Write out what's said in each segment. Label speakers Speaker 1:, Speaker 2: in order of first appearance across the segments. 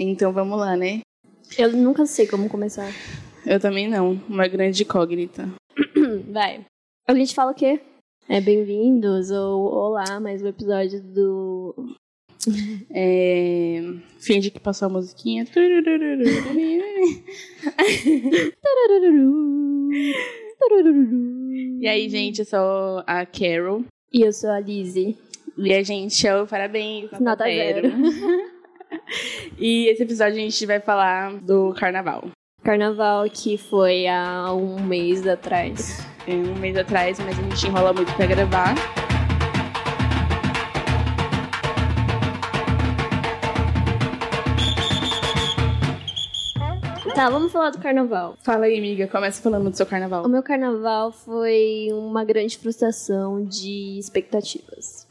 Speaker 1: Então vamos lá, né?
Speaker 2: Eu nunca sei como começar.
Speaker 1: Eu também não. Uma grande incógnita.
Speaker 2: Vai. A gente fala o quê? É bem-vindos ou olá, mais um episódio do.
Speaker 1: É... Finge que passou a musiquinha. Tururururu.
Speaker 2: Tarararuru, tarararuru.
Speaker 1: E aí, gente, eu sou a Carol.
Speaker 2: E eu sou a Lizzie.
Speaker 1: E a gente é o Parabéns.
Speaker 2: Nota zero.
Speaker 1: E esse episódio a gente vai falar do carnaval.
Speaker 2: Carnaval que foi há um mês atrás.
Speaker 1: É um mês atrás, mas a gente enrola muito pra gravar.
Speaker 2: Tá, vamos falar do carnaval.
Speaker 1: Fala aí, amiga, começa falando do seu
Speaker 2: O
Speaker 1: carnaval.
Speaker 2: meu carnaval foi uma grande frustração de expectativas.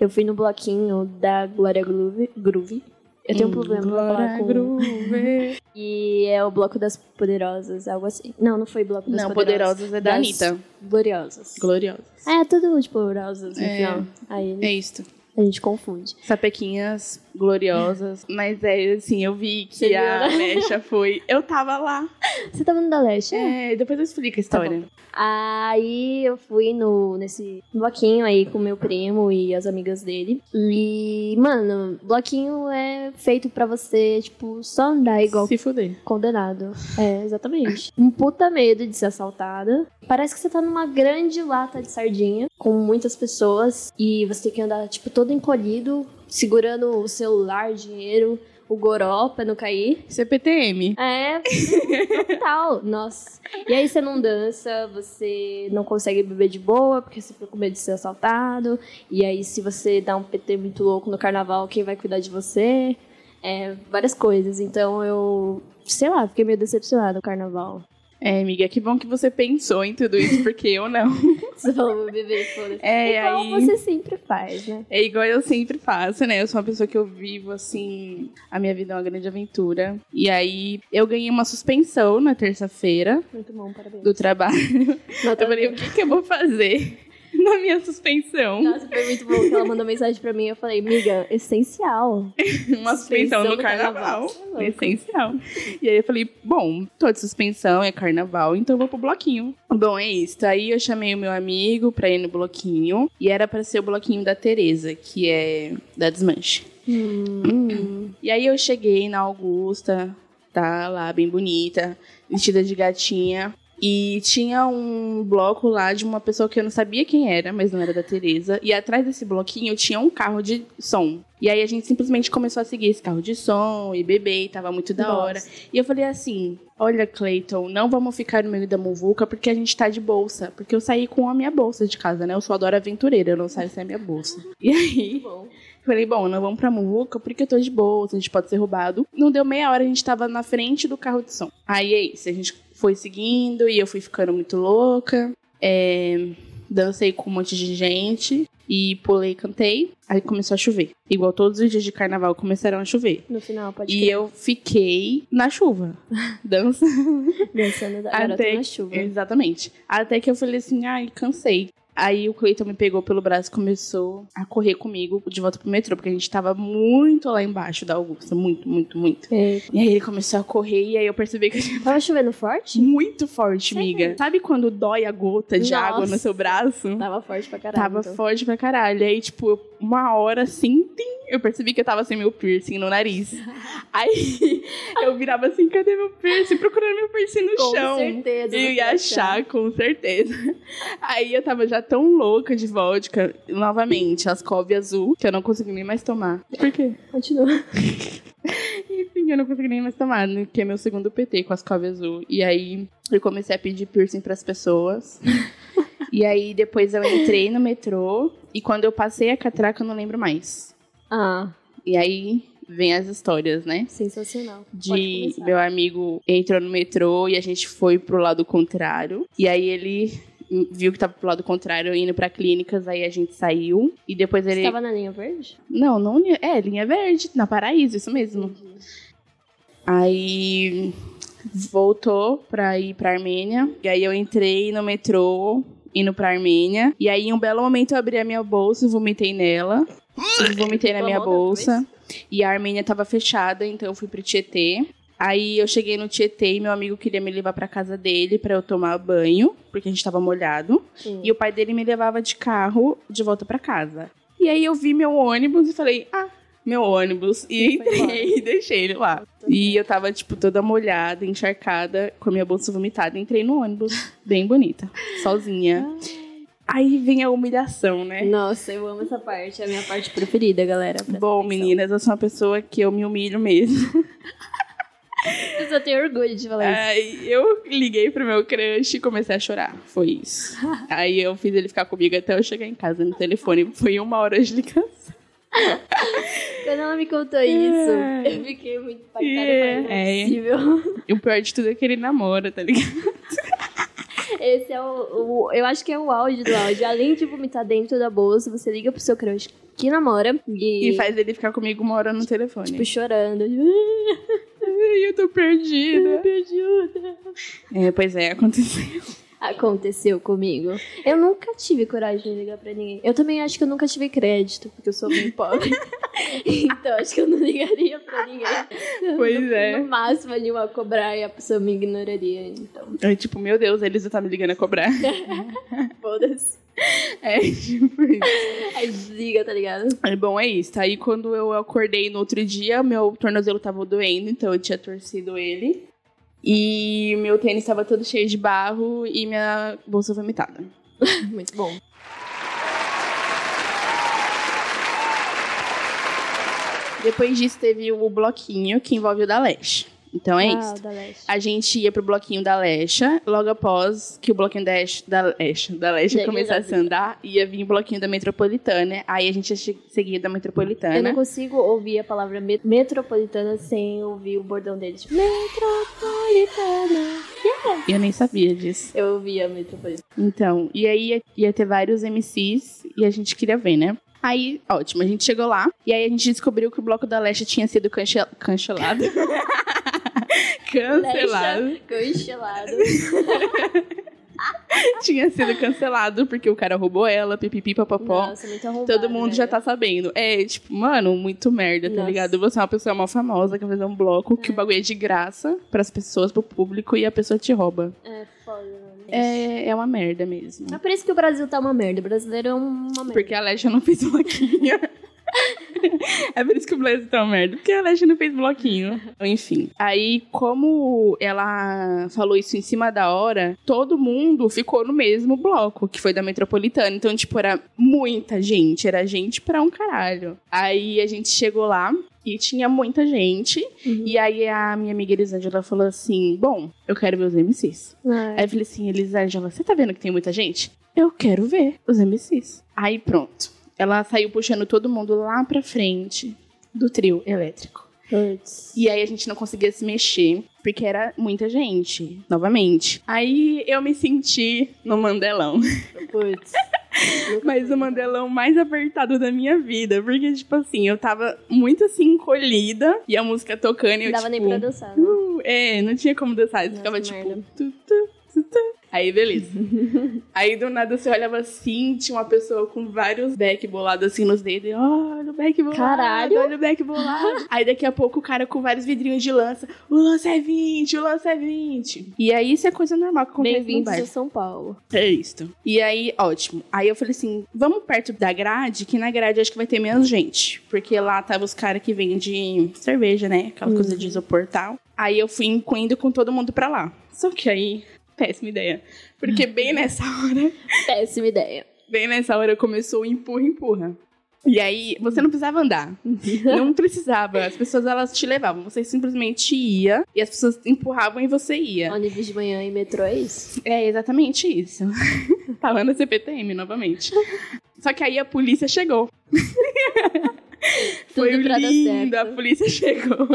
Speaker 2: Eu fui no bloquinho da Glória Groove. Groove. Eu tenho um problema pra
Speaker 1: Glória
Speaker 2: falar com...
Speaker 1: Groove.
Speaker 2: E é o Bloco das Poderosas, algo assim. Não, não foi Bloco das
Speaker 1: Não,
Speaker 2: Poderosas.
Speaker 1: Poderosas é da
Speaker 2: Das
Speaker 1: Anitta.
Speaker 2: Gloriosas.
Speaker 1: Gloriosas.
Speaker 2: É, tudo de poderosas no
Speaker 1: É.
Speaker 2: final. Aí
Speaker 1: É isso.
Speaker 2: a gente confunde.
Speaker 1: Sapequinhas gloriosas. Mas é assim, eu vi
Speaker 2: Você
Speaker 1: que
Speaker 2: viu,
Speaker 1: a
Speaker 2: né?
Speaker 1: mecha foi. Eu tava lá.
Speaker 2: Você tava no da Leste?
Speaker 1: É, depois eu explico a
Speaker 2: Tá
Speaker 1: história.
Speaker 2: Aí eu fui no, nesse bloquinho aí com meu primo e as amigas dele. E, mano, bloquinho é feito pra você, tipo, só andar igual
Speaker 1: Se fuder.
Speaker 2: condenado. É, exatamente. Um puta medo de ser assaltada. Parece que você tá numa grande lata de sardinha com muitas pessoas e você tem que andar, tipo, todo encolhido, segurando o celular, dinheiro, o goró pra não cair.
Speaker 1: CPTM.
Speaker 2: É, total. Nossa. E aí você não dança, você não consegue beber de boa, porque você fica com medo de ser assaltado. E aí, se você dá um PT muito louco no carnaval, quem vai cuidar de você? É, várias coisas. Então eu, sei lá, fiquei meio decepcionada no carnaval.
Speaker 1: É, amiga, que bom que você pensou em tudo isso, porque eu não.
Speaker 2: Você falou vou beber foda-se.
Speaker 1: É,
Speaker 2: Igual
Speaker 1: aí.
Speaker 2: você sempre faz, né?
Speaker 1: É igual eu sempre faço, né? Eu sou uma pessoa que eu vivo assim. A minha vida é uma grande aventura. E aí eu ganhei uma suspensão na terça-feira
Speaker 2: Muito bom, parabéns.
Speaker 1: do trabalho. Então,
Speaker 2: Nota
Speaker 1: Eu falei, o que, que eu vou fazer na minha suspensão?
Speaker 2: Nossa, foi muito bom que ela mandou mensagem pra mim. Eu falei, miga, essencial.
Speaker 1: Uma suspensão no
Speaker 2: do carnaval.
Speaker 1: carnaval.
Speaker 2: Você é louco.
Speaker 1: essencial. E aí eu falei, bom, tô de suspensão, é carnaval, então eu vou pro bloquinho. Bom, é isso. Aí eu chamei o meu amigo pra ir no bloquinho. E era pra ser o bloquinho da Tereza, que é da Desmanche.
Speaker 2: Hum,
Speaker 1: E aí eu cheguei na Augusta, tá lá bem bonita, vestida de gatinha. E tinha um bloco lá de uma pessoa que eu não sabia quem era, mas não era da Tereza. E atrás desse bloquinho tinha um carro de som. E aí a gente simplesmente começou a seguir esse carro de som e beber, e tava muito da hora. E eu falei assim: olha, Clayton, não vamos ficar no meio da muvuca porque a gente tá de bolsa. Porque eu saí com a minha bolsa de casa, né? Eu sou adora aventureira, eu não saio sem a minha bolsa. E aí.
Speaker 2: Bom.
Speaker 1: Falei, bom, não vamos pra Muvuca porque eu tô de bolsa, a gente pode ser roubado. Não deu meia hora, a gente tava na frente do carro de som. Aí é isso, a gente foi seguindo e eu fui ficando muito louca. É, dancei com um monte de gente e pulei e cantei. Aí começou a chover. Igual todos os dias de carnaval começaram a chover.
Speaker 2: No final, pode
Speaker 1: E eu fiquei na chuva, dançando.
Speaker 2: Dançando da garota
Speaker 1: Até
Speaker 2: na chuva.
Speaker 1: Exatamente. Até que eu falei assim, ai, cansei. Aí o Cleiton me pegou pelo braço e começou a correr comigo de volta pro metrô, porque a gente tava muito lá embaixo da Augusta, muito, muito, muito.
Speaker 2: É.
Speaker 1: E aí ele começou a correr e aí eu percebi que eu tinha
Speaker 2: Tava chovendo forte?
Speaker 1: muito forte,
Speaker 2: Sério?
Speaker 1: miga. Sabe quando dói a gota de
Speaker 2: Nossa.
Speaker 1: água no seu braço?
Speaker 2: Tava forte pra caralho.
Speaker 1: Tava
Speaker 2: então.
Speaker 1: forte pra caralho. Aí, tipo, uma hora assim, tim, eu percebi que eu tava sem meu piercing no nariz. Aí eu virava assim, cadê meu piercing? Procurando meu piercing no
Speaker 2: Com
Speaker 1: chão.
Speaker 2: certeza. né?
Speaker 1: Eu
Speaker 2: não
Speaker 1: ia
Speaker 2: vai
Speaker 1: achar, com certeza. Aí eu tava já tão louca de vodka, novamente, as Ascov azul, que eu não consegui nem mais tomar. Por quê?
Speaker 2: Continua.
Speaker 1: Enfim, eu não consegui nem mais tomar, né, que é meu segundo PT com as Ascov azul. E aí eu comecei a pedir piercing pras pessoas. e aí depois eu entrei no metrô, e quando eu passei a catraca eu não lembro mais.
Speaker 2: Ah,
Speaker 1: E aí vem as histórias, né?
Speaker 2: sensacional.
Speaker 1: de meu amigo entrou no metrô e a gente foi pro lado contrário. E aí ele viu que tava pro lado contrário indo pra clínicas, aí a gente saiu. E depois
Speaker 2: Você
Speaker 1: ele.
Speaker 2: tava na linha verde?
Speaker 1: Não, não. li- É, linha verde, na Paraíso, isso mesmo. Aí voltou pra ir pra Armênia. E aí eu entrei no metrô indo pra Armênia. E aí, em um belo momento, eu abri a minha bolsa, vomitei nela. Vomitei na minha
Speaker 2: Vamos outra
Speaker 1: bolsa. E a Armênia tava fechada, então eu fui pro Tietê. Aí eu cheguei no Tietê e meu amigo queria me levar pra casa dele pra eu tomar banho, porque a gente tava molhado.
Speaker 2: Sim.
Speaker 1: E o pai dele me levava de carro de volta pra casa. E aí eu vi meu ônibus e falei, ah, meu ônibus. E
Speaker 2: E foi
Speaker 1: entrei e deixei ele lá. E eu tava, tipo, toda molhada, encharcada, com a minha bolsa vomitada. Entrei no ônibus, bem bonita, sozinha. Aí vem a humilhação,
Speaker 2: É.
Speaker 1: né?
Speaker 2: Nossa, eu amo essa parte. É a minha parte preferida, galera. Presta
Speaker 1: Bom,
Speaker 2: atenção.
Speaker 1: meninas, eu sou uma pessoa que eu me humilho mesmo.
Speaker 2: Eu só tenho orgulho de falar isso.
Speaker 1: Aí eu liguei pro meu crush e comecei a chorar. Foi isso. Aí eu fiz ele ficar comigo até eu chegar em casa no telefone. Foi uma hora de ligação.
Speaker 2: Quando ela me contou isso,
Speaker 1: É.
Speaker 2: eu fiquei muito impactada.
Speaker 1: É.
Speaker 2: Yeah. É possível.
Speaker 1: E o pior de tudo é que ele namora, tá ligado?
Speaker 2: Esse é o, o- Eu acho que é o áudio do áudio. Além de vomitar dentro da bolsa, você liga pro seu crush que namora e,
Speaker 1: E faz ele ficar comigo uma hora no telefone.
Speaker 2: tipo, chorando. Tipo,
Speaker 1: Ai, eu tô perdida.
Speaker 2: me ajuda.
Speaker 1: É, pois é, aconteceu.
Speaker 2: Aconteceu comigo. Eu nunca tive coragem de ligar pra ninguém. Eu também acho que eu nunca tive crédito, porque eu sou bem pobre. então acho que eu não ligaria pra ninguém.
Speaker 1: Pois
Speaker 2: no,
Speaker 1: é.
Speaker 2: No máximo ali uma cobrar e a pessoa me ignoraria. Então,
Speaker 1: É tipo, meu Deus, a Elisa tá me ligando a cobrar.
Speaker 2: foda-se.
Speaker 1: É, tipo isso.
Speaker 2: Aí desliga, tá ligado?
Speaker 1: É, Bom, é isso. Aí quando eu acordei no outro dia, meu tornozelo tava doendo, então eu tinha torcido ele. E meu tênis tava todo cheio de barro e minha bolsa vomitada.
Speaker 2: Muito bom.
Speaker 1: Depois disso teve o bloquinho, que envolve o da Leste. Então é isso.
Speaker 2: Ah, o da Leste.
Speaker 1: A gente ia pro bloquinho da Lecha, logo após que o bloquinho da Lecha, da Lecha, da Lecha
Speaker 2: Chega,
Speaker 1: começasse a andar, ia vir o bloquinho da Metropolitana, aí a gente ia che- seguir da
Speaker 2: Eu não
Speaker 1: Metropolitana.
Speaker 2: consigo ouvir a palavra met- metropolitana sem ouvir o bordão dele. Tipo, metropolitana.
Speaker 1: E eu nem sabia disso.
Speaker 2: Eu ouvia metropolitana.
Speaker 1: Então, e aí ia, ia ter vários MCs e a gente queria ver, né? Aí, ótimo, a gente chegou lá e aí a gente descobriu que o bloco da Lecha tinha sido cance cancelado. cancelado.
Speaker 2: Deixa Congelado.
Speaker 1: Tinha sido cancelado porque o cara roubou ela, pipipi, papapó.
Speaker 2: Nossa, é muito arrombado.
Speaker 1: Todo mundo já
Speaker 2: velho.
Speaker 1: tá sabendo. É, tipo, mano, muito merda, tá
Speaker 2: Nossa.
Speaker 1: ligado? Você é uma pessoa mal famosa, quer fazer um bloco, que o bagulho é de graça pras pessoas, pro público, e a pessoa te rouba.
Speaker 2: É foda, mano.
Speaker 1: tá- É, é uma merda mesmo.
Speaker 2: É por isso que o Brasil tá uma merda. O brasileiro é uma merda.
Speaker 1: Porque a Alexa não fez bloquinho. é por isso que o Blaze tá uma merda. Porque a Alexa não fez bloquinho. Enfim. Aí, como ela falou isso em cima da hora, todo mundo ficou no mesmo bloco, que foi da Metropolitana. Então, tipo, era muita gente. Era gente pra um caralho. Aí a gente chegou lá. E tinha muita gente.
Speaker 2: Uhum.
Speaker 1: E aí a minha amiga Elisângela falou assim: Bom, eu quero ver os MCs.
Speaker 2: Ah,
Speaker 1: Aí eu falei assim, Elisângela, você tá vendo que tem muita gente? Eu quero ver os MCs. Aí pronto. Ela saiu puxando todo mundo lá pra frente do trio elétrico.
Speaker 2: putz.
Speaker 1: E aí a gente não conseguia se mexer, porque era muita gente, novamente. Aí eu me senti no Mandelão.
Speaker 2: Putz.
Speaker 1: Mas o Mandelão mais apertado da minha vida. Porque, tipo assim, eu tava muito assim, encolhida. E a música tocando e eu,
Speaker 2: Não dava nem
Speaker 1: tipo,
Speaker 2: pra dançar, né?
Speaker 1: Uh, é, não tinha como dançar. Ele
Speaker 2: Nossa,
Speaker 1: ficava
Speaker 2: que
Speaker 1: tipo.
Speaker 2: merda.
Speaker 1: tu, tu, tu, tu. Aí, beleza. Aí do nada você olhava assim, tinha uma pessoa com vários back bolados assim nos dedos. e, Olha o back bolado.
Speaker 2: Caralho.
Speaker 1: Olha o back bolado. aí daqui a pouco o cara com vários vidrinhos de lança. O lance é 20, o lance é 20. E aí isso é coisa normal que acontece no
Speaker 2: Bem-vindos a
Speaker 1: bairro.
Speaker 2: São Paulo.
Speaker 1: É isso. E aí, ótimo. Aí eu falei assim: vamos perto da grade, que na grade acho que vai ter menos gente. Porque lá tava os caras que vendem cerveja, né? Aquela coisa de isopor e tal. Aí eu fui incluindo com todo mundo pra lá. Só que aí, péssima ideia. Porque bem nessa hora,
Speaker 2: Péssima ideia.
Speaker 1: bem nessa hora começou o empurra, empurra. E aí, você não precisava andar. Não precisava. As pessoas, elas te levavam. Você simplesmente ia e as pessoas empurravam e você ia.
Speaker 2: Ônibus de manhã e metrô é isso?
Speaker 1: É exatamente isso. Tá Tava na CPTM novamente. Só que aí a polícia chegou. Foi
Speaker 2: Tudo pra dar
Speaker 1: lindo, a
Speaker 2: certo.
Speaker 1: polícia chegou.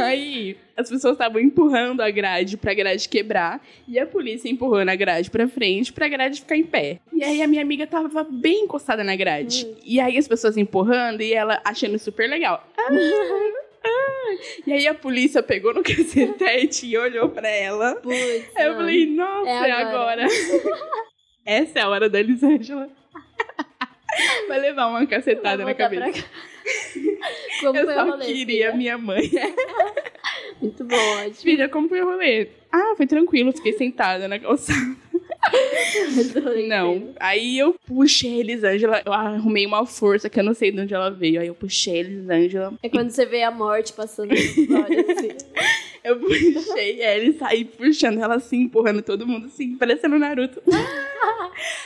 Speaker 1: Aí as pessoas estavam empurrando a grade pra grade quebrar e a polícia empurrando a grade pra frente pra grade ficar em pé. E aí a minha amiga tava bem encostada na grade.
Speaker 2: Hum.
Speaker 1: E aí as pessoas empurrando e ela achando super legal. Ah, ah. E aí a polícia pegou no cacetete e olhou pra ela.
Speaker 2: Putz.
Speaker 1: Aí Eu
Speaker 2: mano.
Speaker 1: falei, nossa, é
Speaker 2: É
Speaker 1: agora.
Speaker 2: agora.
Speaker 1: Essa é a hora da Elisângela. Vai levar uma
Speaker 2: Vai
Speaker 1: cacetada "Tá, na
Speaker 2: voltar
Speaker 1: cabeça.
Speaker 2: pra cá. Como
Speaker 1: eu
Speaker 2: foi
Speaker 1: só
Speaker 2: o rolê?
Speaker 1: queria
Speaker 2: filha?
Speaker 1: minha mãe.
Speaker 2: Muito bom, ótimo.
Speaker 1: Filha, como foi o rolê? Ah, foi tranquilo, fiquei sentada na calçada. Não. Aí eu puxei a Elisângela, eu arrumei uma força que eu não sei de onde ela veio. Aí eu puxei a Elisângela,
Speaker 2: É quando você vê a morte passando na história, assim.
Speaker 1: eu puxei ela e saí puxando ela assim, empurrando todo mundo assim, parecendo Naruto.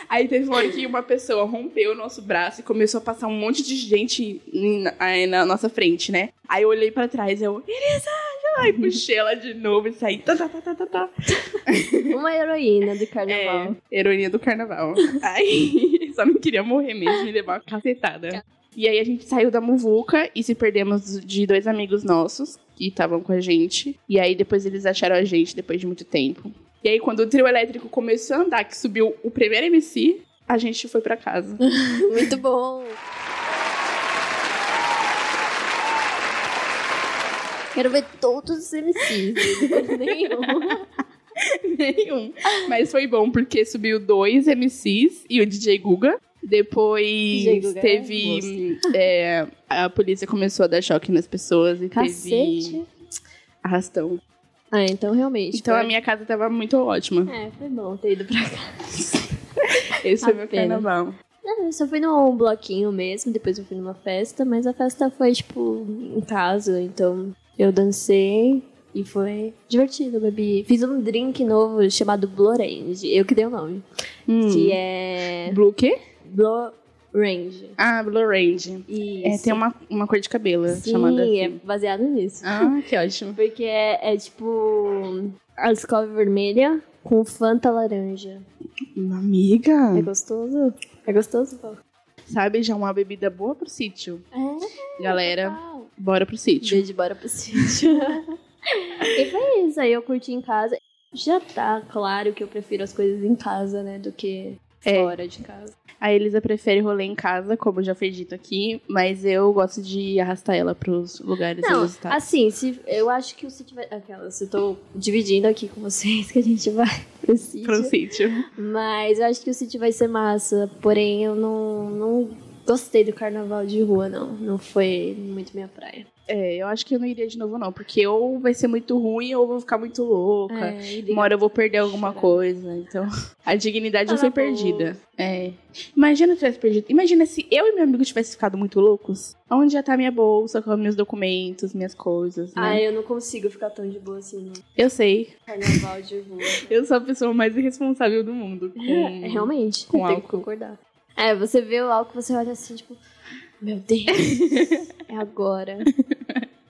Speaker 1: Aí teve uma hora que uma pessoa rompeu o nosso braço e começou a passar um monte de gente em- aí na nossa frente, né? Aí eu olhei pra trás, eu, Elisângela! Aí puxei ela de novo e saí, tá, tá, tá, tá, tá, tá.
Speaker 2: Uma heroína do
Speaker 1: É,
Speaker 2: carnaval.
Speaker 1: heroína do carnaval. Aí, só não queria morrer mesmo e levar uma cacetada. E aí a gente saiu da muvuca e se perdemos de dois amigos nossos que estavam com a gente. E aí depois eles acharam a gente depois de muito tempo. E aí quando o trio elétrico começou a andar, que subiu o primeiro MC, a gente foi pra casa.
Speaker 2: Muito bom. Quero ver todos os MCs. não tem Nenhum.
Speaker 1: Nenhum. Mas foi bom porque subiu dois MCs e o DJ Guga. Depois
Speaker 2: DJ Guga é
Speaker 1: teve. é, a polícia começou a dar choque nas pessoas e teve.
Speaker 2: Cacete.
Speaker 1: arrastão.
Speaker 2: Ah, então realmente.
Speaker 1: Então
Speaker 2: foi-
Speaker 1: a minha casa tava muito ótima.
Speaker 2: É, foi bom ter ido pra cá.
Speaker 1: Esse foi meu
Speaker 2: Apenas.
Speaker 1: carnaval.
Speaker 2: Não, É, eu só fui num bloquinho mesmo, depois eu fui numa festa, mas a festa foi, tipo, em casa, então eu dancei e foi divertido, bebi. Fiz um drink novo chamado Blue Orange, eu que dei o nome, que é
Speaker 1: Hum. Blue quê?
Speaker 2: Blue Orange.
Speaker 1: Ah, Blue Range.
Speaker 2: Isso.
Speaker 1: É, tem uma, uma cor de cabelo
Speaker 2: Sim,
Speaker 1: chamada assim.
Speaker 2: é baseado nisso.
Speaker 1: Ah, que ótimo.
Speaker 2: Porque é, é, tipo a escova vermelha com Fanta laranja.
Speaker 1: Hum, Amiga,
Speaker 2: É gostoso? É gostoso, Paulo?
Speaker 1: É, sabe já uma bebida boa pro sítio.
Speaker 2: É.
Speaker 1: Galera,
Speaker 2: Total.
Speaker 1: bora pro sítio.
Speaker 2: de bora pro sítio. e foi isso, aí eu curti em casa. Já tá claro que eu prefiro as coisas em casa, né, do que
Speaker 1: É.
Speaker 2: fora de casa.
Speaker 1: A Elisa prefere rolê em casa, como já foi dito aqui, mas eu gosto de arrastar ela pros lugares
Speaker 2: Não,
Speaker 1: inusitados.
Speaker 2: assim, se, eu acho que o sítio vai... Aquelas, eu tô dividindo aqui com vocês que a gente vai pro sítio.
Speaker 1: Pro sítio.
Speaker 2: Mas eu acho que o sítio vai ser massa, porém eu não, não gostei do carnaval de rua, não. Não foi muito minha praia.
Speaker 1: É, eu acho que eu não iria de novo, não, porque ou vai ser muito ruim ou eu vou ficar muito louca.
Speaker 2: É, e
Speaker 1: Uma hora eu vou perder alguma
Speaker 2: Chorar.
Speaker 1: coisa. Então, a dignidade já foi
Speaker 2: Ah, bom.
Speaker 1: perdida. É. Imagina se eu tivesse perdido. Imagina se eu e meu amigo tivesse ficado muito loucos. Onde já tá minha bolsa, com meus documentos, minhas coisas, né?
Speaker 2: Ah, eu não consigo ficar tão de boa assim no
Speaker 1: Eu sei.
Speaker 2: carnaval de rua.
Speaker 1: Eu sou a pessoa mais irresponsável do mundo. Com...
Speaker 2: É, realmente,
Speaker 1: com
Speaker 2: tem
Speaker 1: álcool.
Speaker 2: que concordar. É, você vê o álcool, você olha assim, tipo, meu Deus, é agora.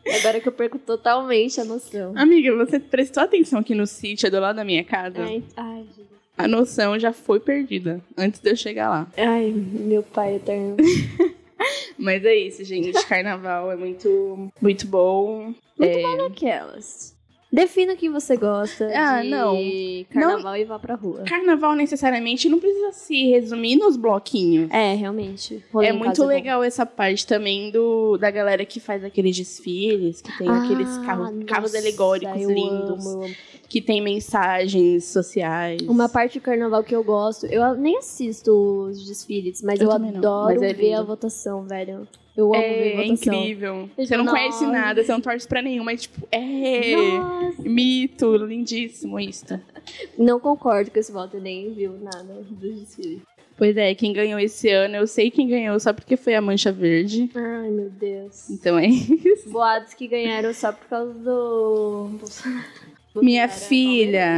Speaker 2: É agora que eu perco totalmente a noção.
Speaker 1: Amiga, você prestou atenção aqui no sítio, é do lado da minha casa?
Speaker 2: Ai, ai, Jesus.
Speaker 1: A noção já foi perdida antes de eu chegar lá.
Speaker 2: ai, meu pai eterno.
Speaker 1: Mas é isso, gente. Carnaval é muito, muito bom. É,
Speaker 2: Aquelas. Defina o que você gosta
Speaker 1: Ah,
Speaker 2: de
Speaker 1: não.
Speaker 2: carnaval e vá pra rua.
Speaker 1: Carnaval necessariamente não precisa se resumir nos bloquinhos.
Speaker 2: É, realmente. Rolê
Speaker 1: É
Speaker 2: em
Speaker 1: muito
Speaker 2: casa bom.
Speaker 1: legal essa parte também do da galera que faz aqueles desfiles, que tem
Speaker 2: Ah,
Speaker 1: aqueles carros, carros
Speaker 2: nossa,
Speaker 1: alegóricos
Speaker 2: eu
Speaker 1: lindos,
Speaker 2: amo, eu amo.
Speaker 1: que tem mensagens sociais.
Speaker 2: Uma parte do carnaval que eu gosto, eu nem assisto os desfiles, mas
Speaker 1: Eu
Speaker 2: eu,
Speaker 1: também não,
Speaker 2: adoro
Speaker 1: mas é
Speaker 2: ver a
Speaker 1: lindo.
Speaker 2: votação, velho. Eu amo
Speaker 1: é,
Speaker 2: ver a
Speaker 1: é
Speaker 2: votação.
Speaker 1: incrível.
Speaker 2: Eu
Speaker 1: Você não
Speaker 2: digo,
Speaker 1: conhece
Speaker 2: "Nossa."
Speaker 1: nada, você não torce pra nenhum, mas tipo, é
Speaker 2: Nossa,
Speaker 1: mito, lindíssimo isso.
Speaker 2: não concordo com esse voto, eu nem viu nada do desfile.
Speaker 1: Pois é, quem ganhou esse ano, eu sei quem ganhou só porque foi a Mancha Verde.
Speaker 2: Ai, meu Deus.
Speaker 1: Então é
Speaker 2: Boatos que ganharam só por causa do Bolsonaro.
Speaker 1: Minha
Speaker 2: Bolsonaro,
Speaker 1: filha.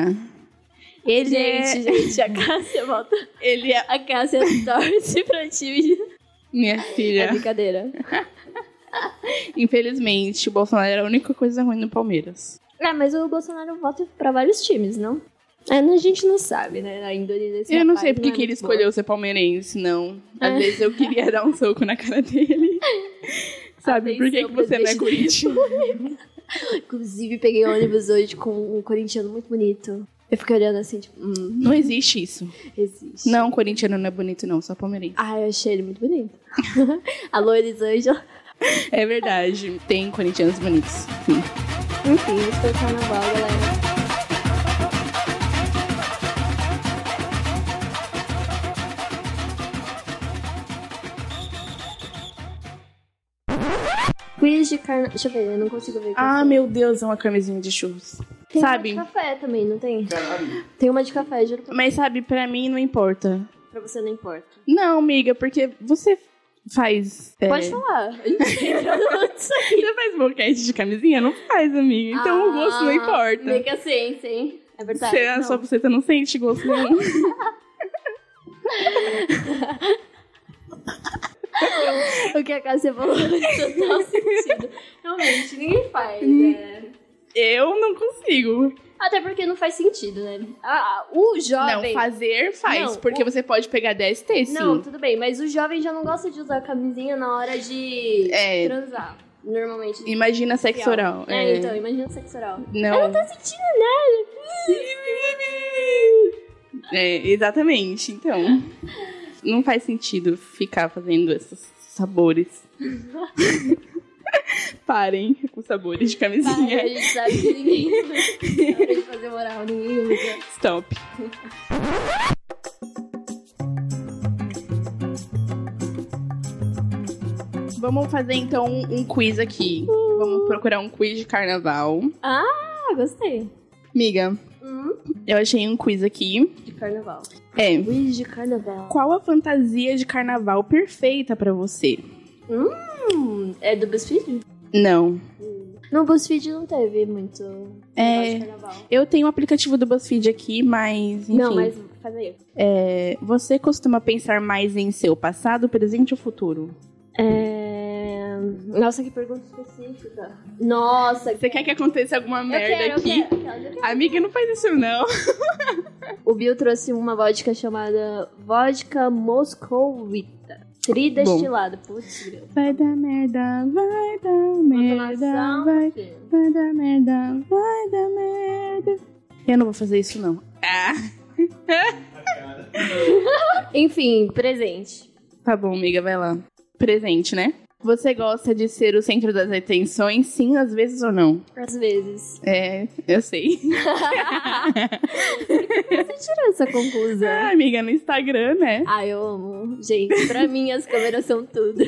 Speaker 2: Palmeiras.
Speaker 1: Ele é.
Speaker 2: gente, gente, a Cássia volta.
Speaker 1: Ele é.
Speaker 2: A Cássia torce pra time.
Speaker 1: Minha
Speaker 2: É
Speaker 1: filha.
Speaker 2: brincadeira. É.
Speaker 1: Infelizmente, o Bolsonaro era a única coisa ruim no Palmeiras.
Speaker 2: É, mas o Bolsonaro vota pra vários times, não? É, a gente não sabe, né? A índole desse
Speaker 1: eu não
Speaker 2: rapaz
Speaker 1: sei porque
Speaker 2: é
Speaker 1: que ele
Speaker 2: muito boa.
Speaker 1: escolheu ser palmeirense, não. Às
Speaker 2: É.
Speaker 1: vezes eu queria dar um soco na cara dele. Sabe, por que,
Speaker 2: Atenção,
Speaker 1: que você não é
Speaker 2: presidente.
Speaker 1: corintiano?
Speaker 2: Inclusive, peguei ônibus hoje com um corintiano muito bonito. Eu fiquei olhando assim, tipo, hum,
Speaker 1: Não existe isso.
Speaker 2: existe.
Speaker 1: Não, corintiano não é bonito, não, só palmeirense.
Speaker 2: Ai, eu achei ele muito bonito. Alô, Elisângela.
Speaker 1: É verdade, tem corintianos bonitos. Sim.
Speaker 2: Enfim, esse foi o carnaval, galera. Quiz de carnaval. Deixa eu ver, eu não consigo ver.
Speaker 1: Ah, meu Deus, é uma camisinha de churros.
Speaker 2: tem
Speaker 1: sabe?
Speaker 2: uma de café também, não tem?
Speaker 3: Caralho.
Speaker 2: Tem uma de café, juro pra,
Speaker 1: Mas sabe, pra mim não importa.
Speaker 2: pra você, não importa.
Speaker 1: Não, amiga, porque você faz. é,
Speaker 2: Pode falar.
Speaker 1: Você faz boquete de camisinha? Não faz, amiga. Então o gosto não
Speaker 2: Ah,
Speaker 1: importa.
Speaker 2: Mega ciência, hein? É verdade.
Speaker 1: assim, Você, a
Speaker 2: não.
Speaker 1: sua buceta não sente gosto nenhum.
Speaker 2: O que a Cássia falou faz total sentido. Realmente, ninguém faz. é.
Speaker 1: Eu não consigo.
Speaker 2: Até porque não faz sentido, né? Ah, o
Speaker 1: Não,
Speaker 2: jovem.
Speaker 1: fazer faz,
Speaker 2: Não,
Speaker 1: porque
Speaker 2: o-
Speaker 1: você pode pegar DST, sim.
Speaker 2: Não, tudo bem, mas o jovem já não gosta de usar camisinha na hora de
Speaker 1: É.
Speaker 2: transar. Normalmente.
Speaker 1: Imagina sexo oral.
Speaker 2: É, então, imagina sexo oral.
Speaker 1: Não.
Speaker 2: Não tô sentindo nada.
Speaker 1: É, exatamente, então. Não faz sentido ficar fazendo esses sabores. Parem com sabores de
Speaker 2: Vai,
Speaker 1: camisinha.
Speaker 2: a gente sabe que ninguém. Na hora de fazer moral, ninguém usa.
Speaker 1: Stop. Vamos fazer então um quiz aqui.
Speaker 2: Uh.
Speaker 1: Vamos procurar um quiz de carnaval.
Speaker 2: Ah, gostei.
Speaker 1: Miga,
Speaker 2: Hum,
Speaker 1: eu achei um quiz aqui.
Speaker 2: de carnaval.
Speaker 1: É.
Speaker 2: Quiz de carnaval.
Speaker 1: Qual a fantasia de carnaval perfeita pra você?
Speaker 2: Hum, é do BuzzFeed?
Speaker 1: Não.
Speaker 2: No BuzzFeed não teve muito. negócio de
Speaker 1: É.
Speaker 2: carnaval.
Speaker 1: Eu tenho o aplicativo do BuzzFeed aqui, mas enfim.
Speaker 2: Não, mas faz aí.
Speaker 1: é, você costuma pensar mais em seu passado, presente ou futuro?
Speaker 2: É... Nossa, que pergunta específica. Nossa,
Speaker 1: Você quer que aconteça alguma
Speaker 2: eu
Speaker 1: merda
Speaker 2: quero, eu
Speaker 1: aqui?
Speaker 2: quero, eu quero.
Speaker 1: Amiga, não faz isso não.
Speaker 2: O Bill trouxe uma vodka chamada Vodka Moscovita. Tridestilado. Putz, grilo.
Speaker 1: Vai dar merda, vai dar merda,
Speaker 2: Entonação,
Speaker 1: vai,
Speaker 2: filho.
Speaker 1: vai dar merda, vai dar merda. Eu não vou fazer isso não. Ah,
Speaker 2: Enfim, presente.
Speaker 1: tá bom, amiga, vai lá. Presente, né? Você gosta de ser o centro das atenções, sim, às vezes ou não?
Speaker 2: Às vezes.
Speaker 1: É, eu sei.
Speaker 2: Você tirou essa conclusão?
Speaker 1: Ah, amiga, no Instagram, né?
Speaker 2: Ah, eu amo. Gente, pra mim as câmeras são tudo.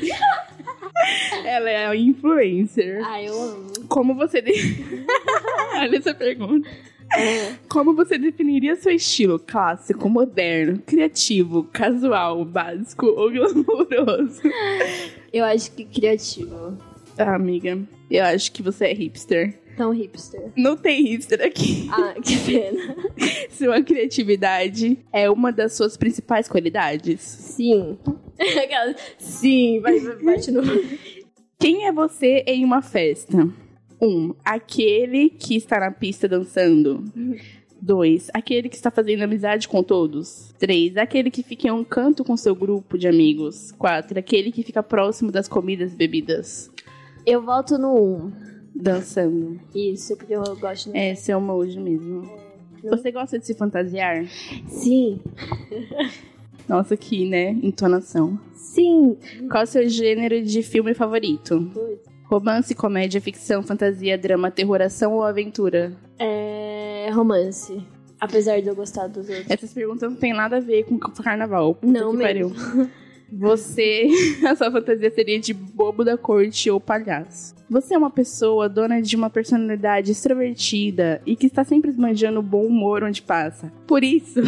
Speaker 1: Ela é a influencer.
Speaker 2: Ah, eu amo.
Speaker 1: Como você. De... Olha essa pergunta.
Speaker 2: É.
Speaker 1: Como você definiria seu estilo? Clássico, moderno, criativo, casual, básico ou glamouroso?
Speaker 2: Eu acho que criativo.
Speaker 1: Ah, amiga, eu acho que você é hipster.
Speaker 2: Tão hipster.
Speaker 1: Não tem hipster aqui.
Speaker 2: Ah, que pena.
Speaker 1: Sua criatividade é uma das suas principais qualidades.
Speaker 2: Sim. Aquelas, Sim, vai, vai, bate no.
Speaker 1: Quem é você em uma festa? 1. Um, aquele que está na pista dançando. 2. Aquele que está fazendo amizade com todos. 3. Aquele que fica em um canto com seu grupo de amigos. 4. Aquele que fica próximo das comidas e bebidas.
Speaker 2: Eu volto no 1.
Speaker 1: Dançando.
Speaker 2: Isso, porque eu gosto do.
Speaker 1: um. É seu mojo mesmo. Você gosta de se fantasiar?
Speaker 2: Sim.
Speaker 1: Nossa, que, né? Entonação.
Speaker 2: Sim.
Speaker 1: Qual é o seu gênero de filme favorito?
Speaker 2: Putz.
Speaker 1: Romance, comédia, ficção, fantasia, drama, terror, ação ou aventura?
Speaker 2: É. Romance. Apesar de eu gostar dos outros.
Speaker 1: Essas perguntas não tem nada a ver com carnaval. Puta
Speaker 2: Não
Speaker 1: que
Speaker 2: mesmo.
Speaker 1: pariu. Você, a sua fantasia seria de bobo da corte ou palhaço. Você é uma pessoa dona de uma personalidade extrovertida e que está sempre esbanjando o bom humor onde passa. Por isso,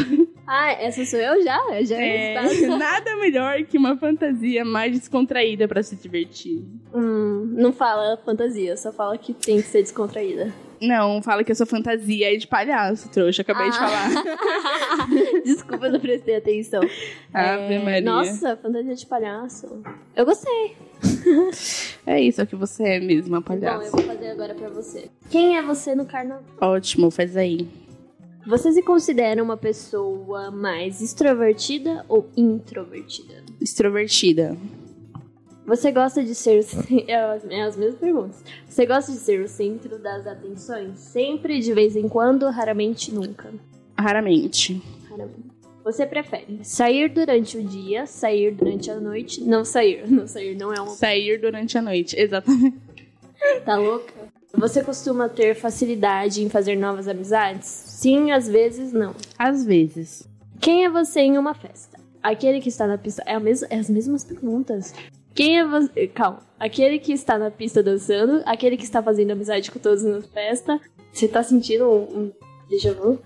Speaker 2: Ah, essa sou eu já? Eu já
Speaker 1: é,
Speaker 2: estava-
Speaker 1: nada melhor que uma fantasia mais descontraída para se divertir.
Speaker 2: Hum, não fala fantasia, só fala que tem que ser descontraída.
Speaker 1: Não, fala que a sua fantasia é de palhaço, trouxa. Acabei de
Speaker 2: Ah.
Speaker 1: falar.
Speaker 2: Desculpa, eu não prestei atenção.
Speaker 1: Ave
Speaker 2: É,
Speaker 1: Maria.
Speaker 2: Nossa, fantasia de palhaço. Eu gostei.
Speaker 1: É isso, é o que você é mesmo, uma
Speaker 2: Bom, eu
Speaker 1: palhaço.
Speaker 2: vou fazer agora pra você. Quem é você no carnaval?
Speaker 1: Ótimo, faz aí.
Speaker 2: Você se considera uma pessoa mais extrovertida ou introvertida?
Speaker 1: Extrovertida.
Speaker 2: Você gosta de ser. o ce- É as, é as mesmas perguntas. Você gosta de ser o centro das atenções? Sempre, de vez em quando, raramente, nunca.
Speaker 1: Raramente.
Speaker 2: Raramente. Você prefere sair durante o dia, sair durante a noite, não sair. Não sair não é uma.
Speaker 1: Sair durante a noite, exatamente.
Speaker 2: Tá louca? Você costuma ter facilidade em fazer novas amizades? Sim, às vezes não.
Speaker 1: Às vezes.
Speaker 2: Quem é você em uma festa? Aquele que está na pista. É, a mes- é as mesmas perguntas. Quem é você. Calma. Aquele que está na pista dançando, aquele que está fazendo amizade com todos na festa. Você tá sentindo um, um déjà vu?